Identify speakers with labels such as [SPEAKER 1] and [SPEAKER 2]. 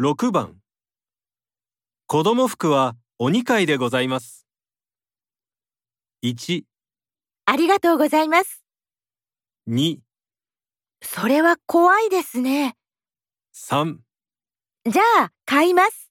[SPEAKER 1] 6番子供服は鬼会でございます1、
[SPEAKER 2] ありがとうございます。
[SPEAKER 1] 2、
[SPEAKER 2] それは怖いですね。
[SPEAKER 1] 3
[SPEAKER 2] じゃあ、買います。